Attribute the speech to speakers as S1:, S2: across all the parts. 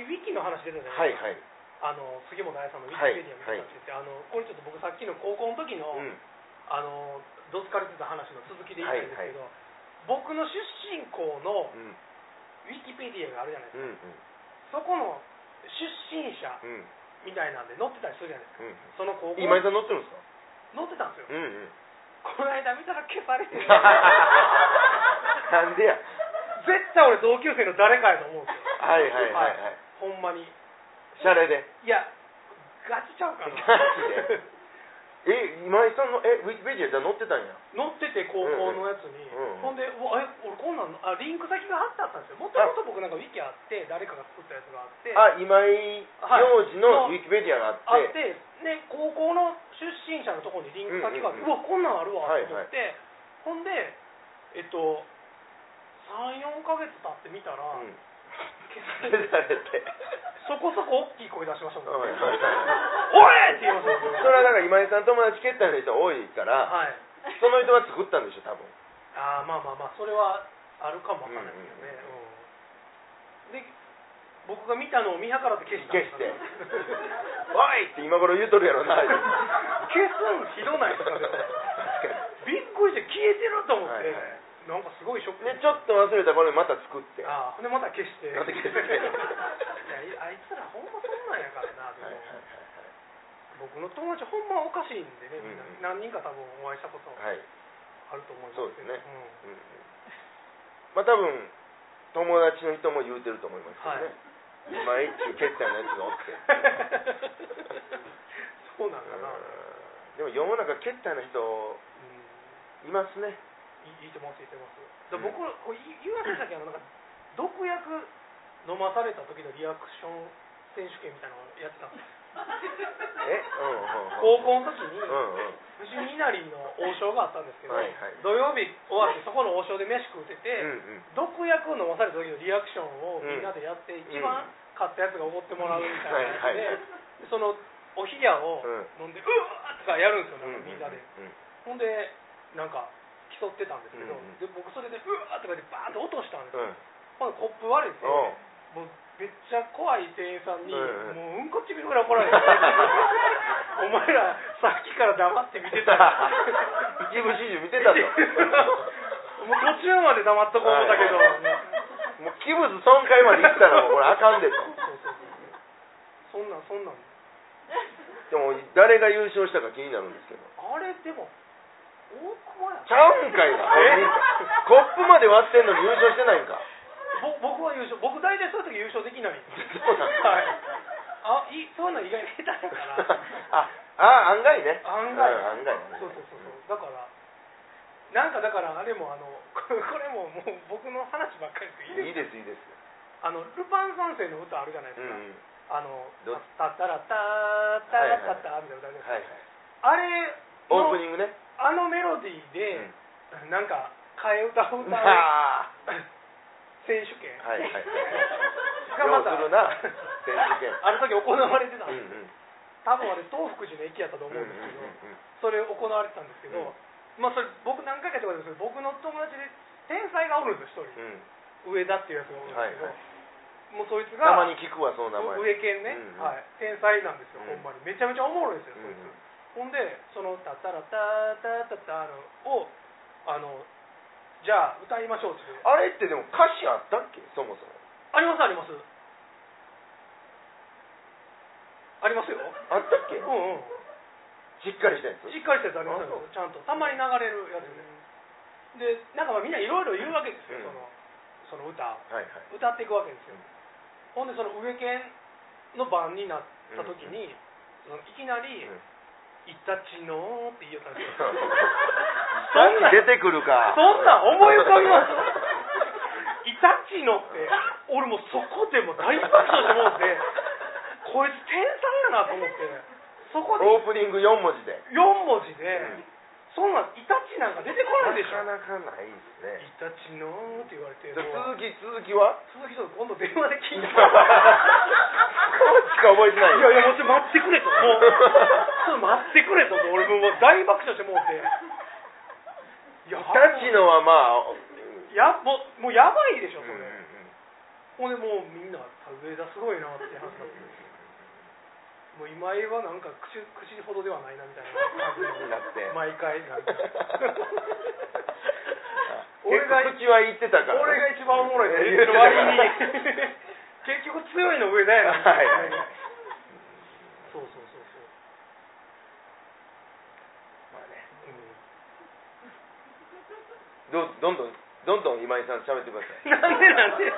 S1: 出るじゃないですか、
S2: はいはい
S1: あの杉本彩さんのウィキ
S2: はい
S1: ペディア見てたって言って、あのこれちょっと僕さっきの高校の時の、
S2: うん
S1: あのどつかれてた話の続きで言いたいんですけど、僕の出身校の
S2: うん
S1: ウィキペディアがあるじゃないで
S2: うん
S1: すか、そこの出身者
S2: うんう
S1: み
S2: ん
S1: たいなんで載ってたりするじゃないですか、
S2: うん
S1: その高校
S2: 今井さん乗ってるんです
S1: 載
S2: か
S1: ってたんですよ、
S2: うんうん
S1: この間見たら消さ れてる
S2: なんでや
S1: 絶対俺同級生の誰かやと思うんですよ
S2: はいはいはいはい
S1: ほんまに
S2: シャレで
S1: いやガチちゃうかな
S2: ガチでえ今井さんのえウィキペディアじゃあ載ってたんや
S1: 乗ってて高校のやつに、
S2: うんうん
S1: ほんでうわえ俺こんなんあリンク先があったあったんですよもともと僕なんかウィキあって誰かが作ったやつがあってあ
S2: あ今井名字のウィキペディアがあっ
S1: っ
S2: て、
S1: てね高校の出身者のところにリンク先があって、う
S2: うん
S1: わこんなんあるわ
S2: はい
S1: と思って、ほんでえっと34ヶ月経ってみたら、
S2: うん
S1: 消さ
S2: 消
S1: れて
S2: され て
S1: そこそこ大きい声出しましたもん、
S2: はいはい
S1: おいって言いました
S2: そ
S1: もん
S2: れはだから今井さん友達蹴った人多いから、
S1: はい
S2: その人が作ったんでしょ多分
S1: あーまあまあまあそれはあるかもわかんないですよね、
S2: う
S1: うん
S2: ん
S1: で僕が見たのを見計らって消したん
S2: 消
S1: です
S2: し
S1: か
S2: て
S1: ね
S2: 「おい!」って今頃言うとるや ろな
S1: 消すんひどないですかね
S2: 確か
S1: びっくりして消えてると思って、
S2: はいはい
S1: なんかすごいショック
S2: にでちょっと忘れた頃にまた作っては
S1: ああほんでまた消して
S2: また消して
S1: いやあいつらほんまそんなんやからな、
S2: い
S1: で
S2: は
S1: も
S2: いはい
S1: 僕の友達ほんまおかしいんでねみんな、
S2: うん
S1: 何人か多分お会いしたことあ
S2: はいは
S1: る
S2: い
S1: と思います
S2: そうですね
S1: ん
S2: うんうんまあ多分友達の人も言うてると思いますけどね、今井っちゅう蹴ったようなやつがお って
S1: そうなんかな、うん
S2: うんでも世の中蹴ったような人いますね
S1: いいてますいいてますだ僕らこう言言われたっけあのなんか毒薬飲まされた時のリアクション選手権みたいなのをやってたんです
S2: えうんうんうん
S1: 高校の時に
S2: うん
S1: 無
S2: うん
S1: 事に稲荷の王将があったんですけど、
S2: はいはい
S1: 土曜日終わってそこの王将で飯食うてて、
S2: うんうん
S1: 毒薬を飲まされた時のリアクションを
S2: う
S1: み
S2: ん
S1: んなでやって、一
S2: う
S1: 番
S2: ん
S1: 買ったやつがおごってもらうみたいな
S2: はい
S1: やつで、そのおひやを飲んで、うわーとかやるんですよ、なんかみんなで。ほんで、なんか競ってたんですけど、
S2: うんうん
S1: で僕、それでうわーとかでバーンと落としたんです
S2: うん
S1: よ、ほんでコップ割れて、もうめっちゃ怖い店員さんに、
S2: うん
S1: もううん
S2: うん
S1: こちびるぐらい怒られ て、お前ら、さっきから黙って見てたら、
S2: 一部始終見てたと
S1: もう途中まで黙っとこう思ったけど。
S2: はいはいもう器物損壊まで行ったらもうこれあかんでと
S1: そんなんそんなん
S2: でも誰が優勝したか気になるんですけど
S1: あれでも大久保や
S2: ちゃうんかいな コップまで割ってんのに優勝してないんか
S1: ぼ僕は優勝僕大体そういう時優勝できないんです
S2: そうなんだ
S1: はいあいそういうの意外に下手だから
S2: ああ案外ね
S1: 案外
S2: うん案外
S1: そうそうそうそうだからなんかだからあれもあのこれこれももう僕の話ばっかりでいい
S2: い
S1: です
S2: いですいいです
S1: あのルパン三世の歌あるじゃないで
S2: う
S1: す
S2: ん
S1: か、
S2: うん
S1: あの
S2: ど
S1: 「タッタラタッタラタッタ」みたいな歌あるじゃない
S2: ははい
S1: いあれ
S2: オ
S1: の
S2: ープニングね
S1: あのメロディーで、なんか替え歌を歌う
S2: あ
S1: 選手権
S2: ーはいはい
S1: がまた
S2: 要するな選手権
S1: あの時行われてた
S2: うんんう
S1: で
S2: ん
S1: す、多分あれ東福寺の駅やったと思うん
S2: うんうん
S1: ですけど、
S2: うん
S1: それ行われてたんですけど、
S2: うん
S1: まあそれ僕何回かやってことですけど僕の友達で天才がおるんですよ一人、
S2: うん
S1: 上田っていうやつがおるんですけど、
S2: はいは
S1: もうそいつ
S2: た
S1: が
S2: まに聞くわその名前
S1: 上犬ね、
S2: うんうん
S1: はい、天才なんですよ、
S2: うん
S1: ほんまにめちゃめちゃおもろいですよ、
S2: うんう
S1: そ
S2: ん
S1: いつほんでその「タタラタタタタ」をあのじゃあ歌いましょうっていう
S2: あれってでも歌詞あったっけそもそも
S1: ありますありますありますよう
S2: あったっけ
S1: んうん
S2: しっかりしたやつ
S1: しっかりしたやつあります
S2: あそ
S1: よ
S2: う
S1: ちゃんとたまに流れるやつででなんかまあみんないろいろ言うわけですよ、
S2: うん
S1: そのその歌を
S2: はい はい
S1: 歌っていくわけですよ、ほんでその上犬の番になった時に、そのいきなり
S2: うん
S1: 「イタチの」って言ったんですよ
S2: そんなん出てくるか
S1: そんなん思い浮かびますイタチのって俺もうそこでもう大爆笑してもうてこいつ天才やなと思ってそこで
S2: オープニング4文字で
S1: 4文字で、
S2: うん
S1: そんなんイタチなんか出てこないでしょ
S2: なかなかないです
S1: 「イ
S2: ね
S1: タチの」って言われて
S2: じゃ
S1: もう
S2: あ続き続きは
S1: 鈴木さん今度電話で聞いて
S2: しか覚えてない
S1: いやいや、もうちょっと待ってく れと、もう、ちょっと待ってくれと、もう俺もう大爆笑してもうて、い
S2: イタチのはまあ
S1: やもう、もうやばいでしょ、それ、
S2: うんうんうん
S1: ほんでもうみんな上田すごいなって話になってもう今井はなんか口口ほどではないなみたいな感じに
S2: なって
S1: 毎回なんか
S2: 俺
S1: 俺が
S2: が口は言ってたから
S1: 俺が一番おもろいって
S2: 言
S1: 言
S2: って
S1: って
S2: た
S1: る
S2: か
S1: 割
S2: ら
S1: に結局強いの上だ よな
S2: はいはいはい
S1: そうそうそうそう
S2: まあね
S1: うん
S2: どどんどんどんどん今井さん喋ってください
S1: なんでなんで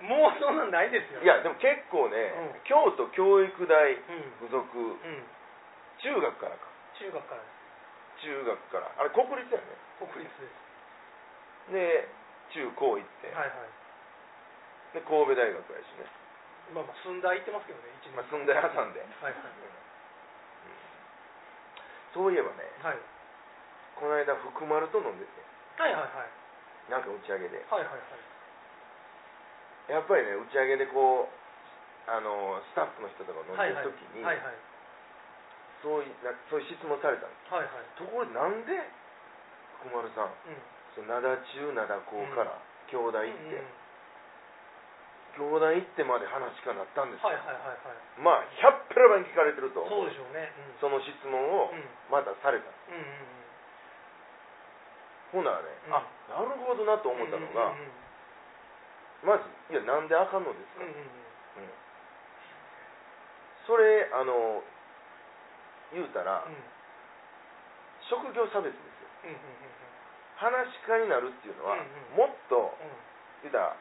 S1: もうそんなんないですよ
S2: いやでも結構ね、
S1: うん
S2: 京都教育大
S1: うん、
S2: 附属
S1: うん、
S2: 中学からか
S1: 中学からで
S2: 中学からあれ国立だよね
S1: す国立です
S2: で中高行って、
S1: はいはい
S2: で神戸大学やしね、
S1: まあまあ寸大行ってますけどね一年
S2: まあ、寸大挟んで
S1: はいはい
S2: そういえばね
S1: はい
S2: この間福丸と飲んでて
S1: はいはいはい
S2: なんか打ち上げで
S1: はいはいはい
S2: やっぱりね打ち上げでこうあのスタッフの人とか飲ん
S1: はい
S2: で
S1: はい
S2: る時に、
S1: はいはい
S2: そういうなそういう質問されたの
S1: はいはい
S2: ところでなんで福丸さん
S1: うん
S2: その灘中灘高から京大行って、
S1: うん
S2: 京大行ってまで話かなったんですよ、
S1: はいはいはいはい
S2: まあ100ペラ番聞かれてると
S1: そう
S2: 思う
S1: でしょうねうん
S2: その質問を
S1: うん
S2: またされた、
S1: うんうん
S2: ほなね、
S1: うん
S2: あなるほどなと思ったのが、
S1: うんうん
S2: まず「いやなんであかんのです
S1: う
S2: か
S1: んうんうん
S2: うんそれあの言うたら、
S1: うん
S2: 職業差別ですよ
S1: うんうんうんうん
S2: 話し家になるっていうのは、
S1: うんうん
S2: もっと言うたら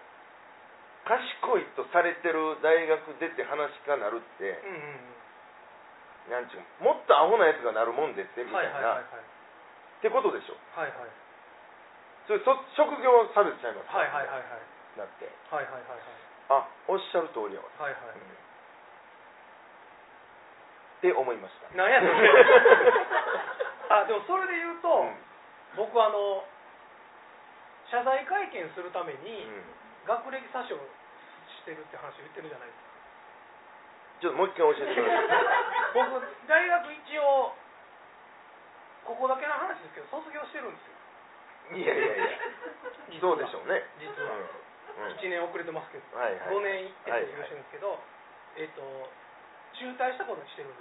S2: 賢いとされてる大学出て話し家になるって、
S1: うんうん
S2: なんちゅうもっとアホなやつがなるもんですって
S1: うん
S2: み
S1: は
S2: た
S1: い
S2: い
S1: はいはい
S2: な、
S1: はい
S2: ってことでしょ
S1: はいはい
S2: それそ職業差別ちゃいますか
S1: はいはいはいはい
S2: なって
S1: はいはいはい
S2: あおっしゃる通りやわ、
S1: はいはい
S2: うんって思いました
S1: なん やそれあでもそれで言うと、
S2: うん
S1: 僕あの謝罪会見するため
S2: う
S1: に
S2: ん
S1: 学歴詐称してるって話を言ってるじゃないですか
S2: ちょっともう一回教えてください
S1: 僕大学一応ここだけの話ですけど卒業してるんですよ
S2: いやいやい やそうでしょうね
S1: 実
S2: うん
S1: は、
S2: うん
S1: 1年遅れてますけど
S2: はいはい
S1: 5年行って卒業してるんですけど、えっ、と中退したことにしてるん で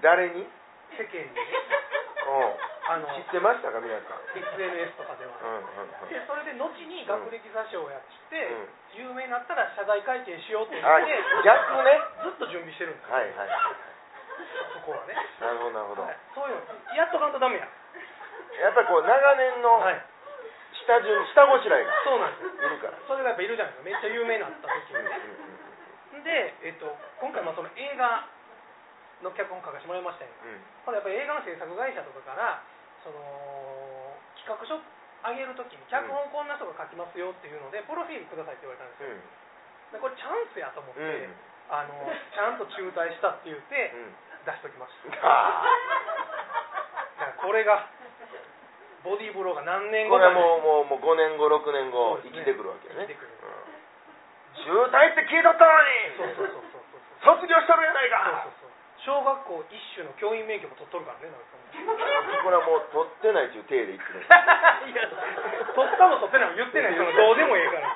S2: 誰 にうん
S1: す世間にねあの
S2: 知ってましたか皆さん
S1: SNS とかでは、
S2: うんうんうん
S1: でそれで後に学歴詐称をやって、
S2: うん
S1: 有名になったら謝罪会見しようって言っ
S2: あ
S1: て、
S2: 逆ね
S1: ずっと準備してるんですよ、
S2: はいはい
S1: そこはね、
S2: なるほどなるほど、
S1: はいそういうのやっとかんとダメや
S2: やっぱりこう長年の
S1: はい
S2: 下準、下ごしらえが
S1: そうなんです
S2: いるから
S1: それがやっぱいるじゃないですかめっちゃ有名になった時にねで、えっと、今回まあその映画の脚本書かしてもらいましたよ
S2: うんうんうんうん
S1: ほんでやっぱり映画の制作会社とかからその企画書上げるときに脚本こんな人が書きますよっていうのでプロフィールくださいって言われたんですよでこれチャンスやと思って、
S2: うんうん
S1: あのちゃんと中退したって言って
S2: うん
S1: 出しときました、
S2: あ
S1: だからこれがボディーブローが何
S2: ー
S1: 年後
S2: これは
S1: か
S2: もうもうもう5年後6年
S1: そ
S2: 後
S1: うで
S2: 生
S1: す
S2: き
S1: ね
S2: てくるわけよね
S1: 生きてくる
S2: うん渋滞って聞いとったのに
S1: そうそうそうそうそう
S2: 卒業しとるやないか
S1: そうそうそう小学校一種の教員免許も取っとるからねなんか もう
S2: これはもう取ってないっていう体で言ってる
S1: いや取ったも取ってないも言ってないそのどうでもええ から、うん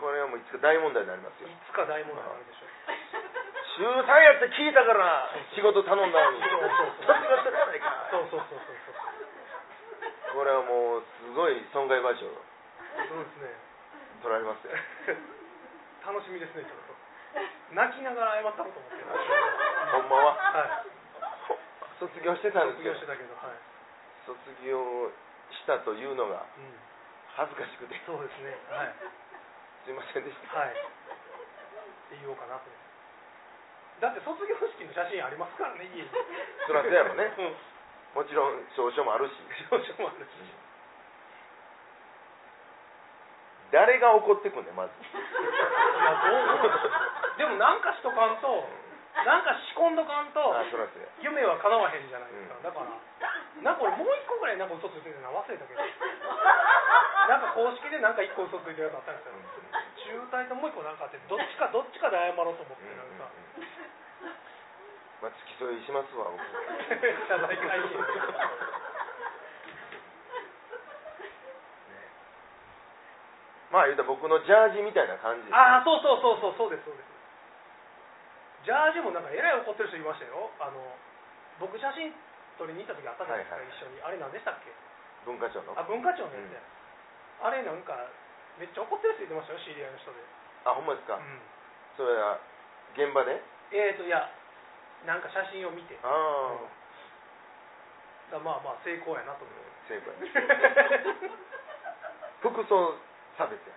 S2: これはもういつか大問題になりますよ
S1: いつか大問題になるでしょう
S2: 週3やって聞いたから仕事頼んだのに
S1: そう
S2: 卒
S1: そうそう
S2: 業してるやないか
S1: そうそうそうそうそう
S2: これはもうすごい損害賠償
S1: そうですね
S2: 取られますよ
S1: 楽しみですねちょっと泣きながら謝ったこと思ってる
S2: ほんまは
S1: はい
S2: ほ卒業してたんです
S1: 卒業
S2: けど
S1: してたけどはい、
S2: 卒業したというのが
S1: うん、
S2: 恥ずかしくて
S1: そうですねはい
S2: すいませんでした
S1: はいって言おうかなと思ってだって卒業式の写真ありますからね家に
S2: そらそうやろね
S1: うん
S2: もちろん証書もあるし
S1: 少々もあるし
S2: 誰が怒ってくんねんまず
S1: いやどうどうでもなんかしとかんとなんか仕込んどかんと
S2: あそらそうや
S1: 夢は叶わへんじゃないですか、
S2: うん
S1: だからなんか俺もう一個ぐらいなんか嘘ついてるの忘れ たけどなんか公式でなんか一個嘘ついてるやつあったんですよ中退ともう一個なんかあってどっちかどっちかで謝ろうと思ってなん か
S2: まあ付き添いしますわ僕
S1: 謝罪会見
S2: ままあ言うたら僕のジャージみたいな感じです
S1: ああそうそうそうそうそうですそうですジャージもなんかえらい怒ってる人いましたよあの僕写真撮りに行った時あったじゃないですか、
S2: はいはい
S1: 一緒にあれ何でしたっけ
S2: 文化庁の
S1: あ文化庁のやつや、あれなんかめっちゃ怒ってる人いてましたよ知り合いの人で
S2: あほんまですか、
S1: うん
S2: それは現場で
S1: えーといやなんか写真を見て
S2: あ
S1: うん
S2: あ、
S1: だからまあまあ成功やなと思う
S2: 正 解服装差 別や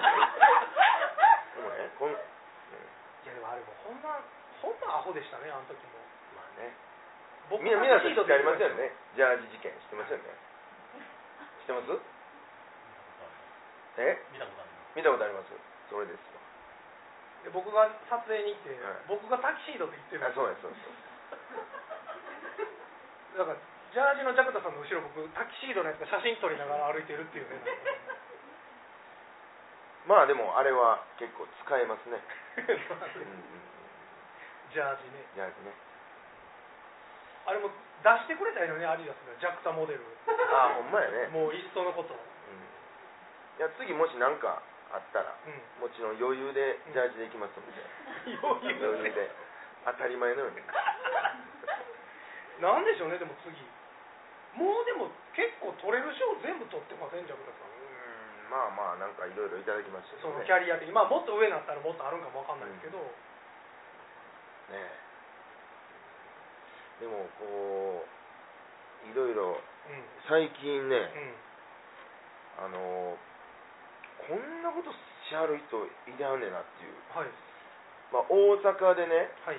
S2: もうねこんま
S1: いやでもあれもほんまほんまアホでしたねあの時も
S2: あね
S1: 僕
S2: みんな皆さ
S1: シ
S2: ん知
S1: ード
S2: って
S1: で
S2: ありますよねジャージ事件知ってますよね知ってますえ
S3: 見たことあります
S2: 見たことありますそれですよ
S1: で僕が撮影に行って、
S2: はい
S1: 僕がタキシードで行ってる
S2: あそうですそうです
S1: だからジャージのジャクタさんの後ろ僕タキシードのやつが写真撮りながら歩いてるっていう ね
S2: まあでもあれは結構使えますね、うんうん、
S1: ジャージね
S2: ジャージね
S1: あれも出してくれたらいいのねアディダスがジャクタモデル
S2: ああほんまやね、
S1: もういっそのことう
S2: うん、いや次もし何かあったら
S1: ん
S2: もちろん余裕でジャージで行きますので、
S1: 余
S2: 余
S1: 裕
S2: 裕で当たり前のように
S1: なんでしょうねでも次もうでも結構取れる賞全部取ってませんジャクタさん
S2: うんまあまあなんかいろいろいただきましたけ
S1: そ
S2: ど
S1: の
S2: ね
S1: キャリア的にまあもっと上になったらもっとあるんかもわかんないですけど、
S2: ねえでもこういろいろ
S1: うん
S2: 最近ね
S1: うん
S2: あのこんなことしはる人いてはんねんなっていう、
S1: はい
S2: まあ、大阪でね、
S1: はい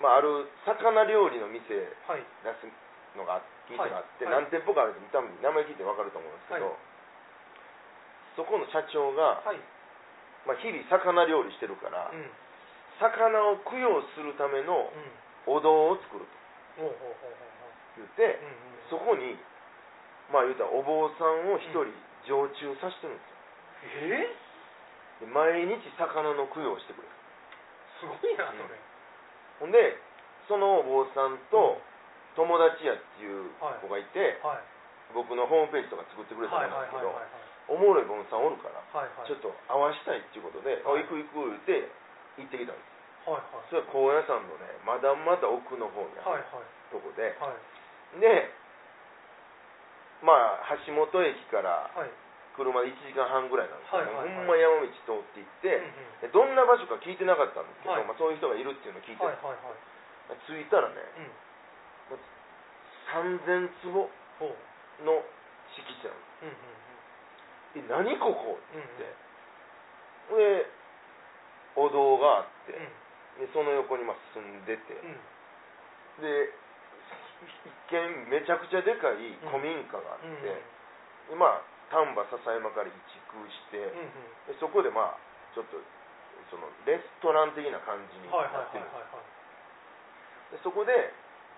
S2: まあ、ある魚料理の店出
S1: はい
S2: すのがあ店があって、
S1: はい
S2: 何店舗かあるんです多分名前聞いてわかると思うんですけど、
S1: はい
S2: そこの社長が、
S1: はい
S2: まあ、日々魚料理してるから、
S1: うん
S2: 魚を供養するための
S1: うん
S2: お堂を作る
S1: ほうほうほうほうほう
S2: と言って、
S1: うんうん
S2: そこにまあ言うたらお坊さんを一人常駐させてるんで
S1: えー、
S2: すよで毎日魚の供養をしてくれる
S1: すごいなそれ、
S2: ほんでそのお坊さんと友達やっていう子がいて、
S1: はい
S2: 僕のホームページとか作ってく
S1: はい
S2: れ
S1: は
S2: た
S1: いはい
S2: んです
S1: はいはい
S2: けどおもろい坊さんおるから
S1: はいはい
S2: ちょっと会わしたいっていうことで「
S1: はい
S2: あ行く行く」言って行ってきたんです
S1: はいはい
S2: それは高野山のねまだまだ奥の方に
S1: はい
S2: あるとこで、
S1: はい
S2: でまあ橋本駅か
S1: は
S2: ら
S1: いはい
S2: 車で1時間半ぐらいなんですけど、
S1: はいはいはい
S2: ほんま山道通って行
S1: うん
S2: って、でどんな場所か聞いてなかったんですけど、
S1: はい
S2: まあ、そういう人がいるっていうのを聞いて、
S1: はいはいはい
S2: 着いたらね
S1: うん
S2: 3000坪
S1: ほう
S2: の敷地な
S1: う
S2: ん
S1: んうん
S2: ですえ何ここ
S1: うんうん
S2: ってでお堂があって、
S1: うん
S2: でその横にまあ住んでて、
S1: うん
S2: で一見めちゃくちゃでかい古民家があって、
S1: うん
S2: でまあ丹波篠山から移築して、
S1: うんうん
S2: でそこでまあちょっとそのレストラン的な感じに
S1: はいはいは
S2: なっ
S1: いはいはい
S2: てるでそこで、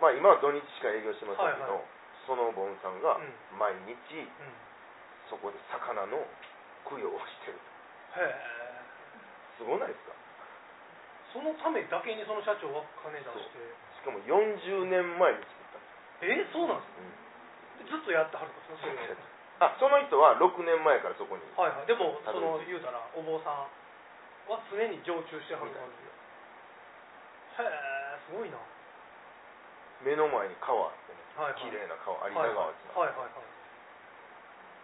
S2: まあ、今は土日しか営業してませんけ
S1: はいは
S2: ど、
S1: い
S2: そのボンさんが
S1: うん
S2: 毎日
S1: うん
S2: そこで魚の供養をしてる
S1: へえ
S2: すごないですか
S1: そのためだけにその社長は金出して
S2: しかも40年前に作ったんで
S1: えー、そうなんです
S2: す、うん
S1: ずっとやってはるんですかそれを
S2: あその人は6年前からそこに
S1: はいはいでもそ
S2: たど
S1: の
S2: り着い
S1: 言うたらお坊さんは常に常駐してはる感じへえすごいなは
S2: 目の前に川あってね
S1: いはい
S2: 綺麗な川有
S1: い
S2: 田
S1: はい
S2: 川っていう
S1: は
S2: のがあって
S1: いはいは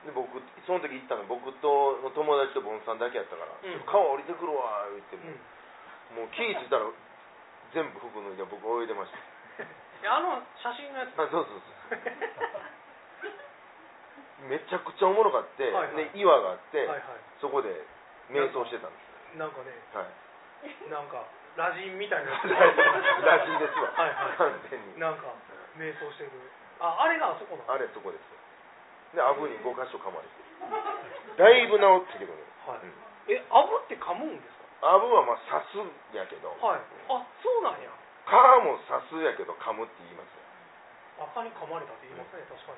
S1: い
S2: で僕その時行ったの僕との友達とボンさんだけやったから「
S1: うん
S2: 川降りてくるわ」言って
S1: うん
S2: も、もう気ぃついたら全部服脱いで僕泳いでま した
S1: えあの写真のやつ
S2: あそうそうそうめちゃくちゃおもろかって、
S1: はいはい
S2: で岩があって、
S1: はいは
S2: そこで瞑想してたんです
S1: いなんかね
S2: はい
S1: なんかラジンみたいな やつ
S2: ラジンですわ、
S1: はいはい
S2: 完全に
S1: なんか瞑想してるああれがあそこなの
S2: あれそこですでアブに5箇所噛まれてだいぶ治ってきてくる
S1: はい
S2: うん
S1: えアブって噛むんです
S2: アブはまあ刺すやけど、
S1: かはいあそうなんや
S2: カーも刺すやけど噛むって言いますよ
S1: 赤に噛まれたって言いますね確か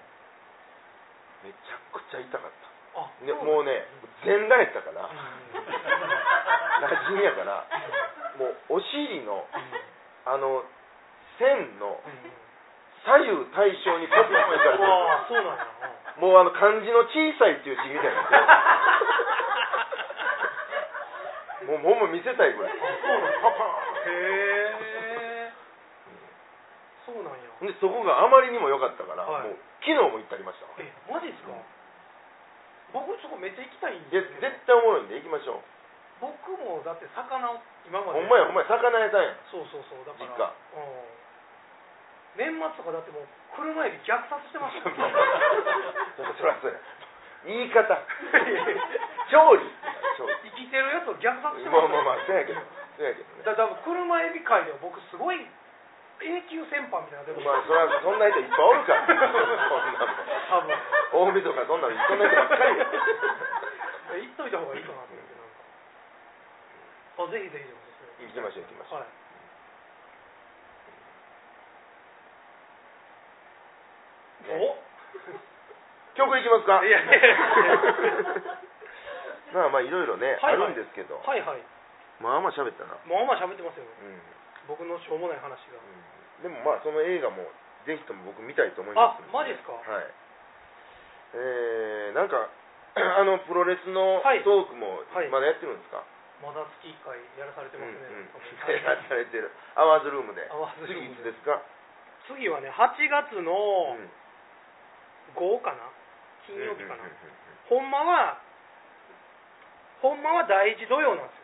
S1: に
S2: めちゃくちゃ痛かった
S1: あ
S2: で
S1: そうなん
S2: もうね全裸やったか
S1: う
S2: ら
S1: ん
S2: ラジンやからもうお尻のあの線の
S1: うん
S2: 左右対称にポコポコいかれてる
S1: わあそうなんや
S2: もうあの漢字の小さいっていう字みたいになってるもうもも見せたいぐらい
S1: そうなんパパへえそうなんや
S2: でそこがあまりにも良かったから、
S1: はい
S2: もう昨日も行ってありましたわ
S1: えマジですか僕そこめっちゃ行きたいん
S2: いや
S1: です
S2: 絶
S1: よ
S2: 対おもろいんで行きましょ
S1: 僕もだって魚を今
S2: う
S1: ま
S2: ほ
S1: で
S2: んまやほんまや魚屋さんやん
S1: そうそうそうだから
S2: 実家
S1: うん年末とかだってもう車エビ虐殺してましたもん
S2: そりゃそうや言 い方調理調理
S1: 生きてるやつを虐殺して
S2: ま
S1: ま
S2: あ
S1: した
S2: まあまあそうやけど
S1: だ
S2: そうやけどね
S1: だから車エビ界では僕すごい永久戦犯みたいなの出て
S2: まあ
S1: ま
S2: そらそんな人いっぱいおるからそん
S1: 多分
S2: なもん大晦日そんなのそんな人ばっかりや
S1: 言っといた方がいいかなと思ってなんかあぜひぜひでもですね
S2: 行きましょう行きましょう、
S1: はい
S2: ね
S1: お
S2: 曲いきますか
S1: いやいやいや
S2: まあまあいろいろね、
S1: はいはい
S2: あるんですけど、
S1: はいはい
S2: まあまあ喋ったな、
S1: まあまあ喋ってますよ
S2: うん
S1: 僕のしょうもない話が
S2: でもまあその映画もぜひとも僕見たいと思いますん
S1: あマジですか
S2: はいえー、なんか あのプロレスの
S1: はい
S2: トークも
S1: はい
S2: まだやってるんですか、
S1: まだ月1回やらされて
S2: うん
S1: ま
S2: う
S1: すね、
S2: ん、
S1: 多分
S2: やらされてるアワーズルームで
S1: アワーズルーム
S2: 次いつですか、
S1: 次はね8月の
S2: うん
S1: 5かな金曜日かな、
S2: うんうん
S1: ほんまはほんまは第一土曜なんです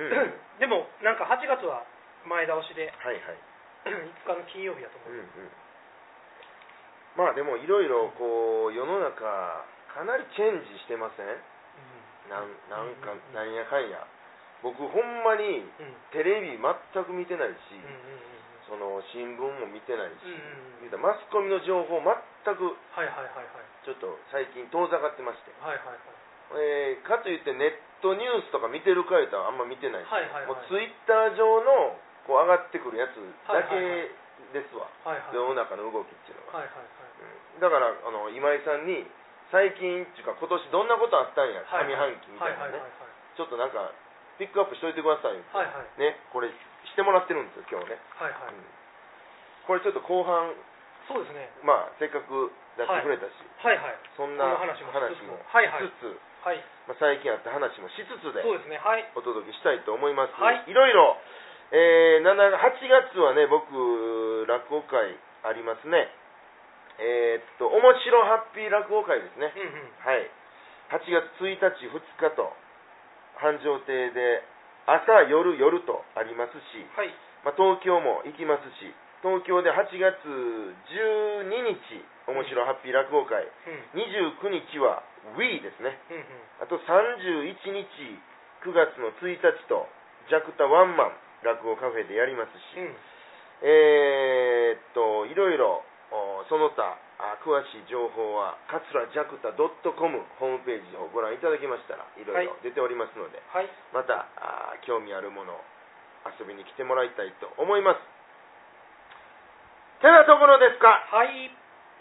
S2: うん
S1: よ
S2: うん、うん
S1: でもなんか8月は前倒しで
S2: はいはい
S1: 5日の金曜日だと思
S2: う
S1: う、
S2: んうんまあでもいろいろこう世の中かなりチェンジしてませんなんなんか
S1: うんうんうん
S2: なんやかんや僕ほんまに
S1: うんうん
S2: テレビ全く見てないし、
S1: うんうんうん
S2: その新聞も見てないし、
S1: うんうん
S2: 言うたらマスコミの情報全く
S1: はいはいはいはい
S2: ちょっと最近遠ざかってまして、
S1: はいはいはい
S2: えーかといってネットニュースとか見てるか言うたらあんま見てないし、
S1: はいはいはい
S2: もうツイッター上のこう上がってくるやつだけ
S1: はいはいは
S2: ですわ、
S1: はいはい
S2: 世の中の動きっていうのは、
S1: はいはいはい
S2: うんだからあの今井さんに最近っていうか今年どんなことあったんや
S1: はい
S2: 上半期みたい
S1: はいはい
S2: なね、
S1: はい
S2: ちょっとなんかピックアップしといてくださいよ
S1: はいはい
S2: ねこれしてもらってるんですよ今日ね、
S1: はいはい
S2: うんこれちょっと後半
S1: そうですね
S2: まあせっかく出してくれたし、
S1: はいはい
S2: そんな
S1: こんな話
S2: 話
S1: も
S2: も
S1: しつつはいはい
S2: しつつ、
S1: はい
S2: まあ、最近あった話もしつつで
S1: そうですねはい
S2: お届けしたいと思います、
S1: はい
S2: ろいろ、えー、7 8月はね僕落語会ありますねえーっと面白ハッピー落語会ですね、
S1: うんうん
S2: はい8月1日2日と繁盛亭で朝夜夜とありますし、
S1: はい
S2: まあ、東京も行きますし東京で8月12日面白ハッピー落語会
S1: うん
S2: 29日は WE ですね
S1: うんうん
S2: あと31日9月の1日とジャクタワンマン落語カフェでやりますし、
S1: うん
S2: えーっといろいろおその他あ詳しい情報は桂ジャクタ .com ホームページをご覧いただきましたらいろいろ出ておりますので、
S1: はい
S2: またあ興味あるもの遊びに来てもらいたいと思いますてなところですか
S1: はい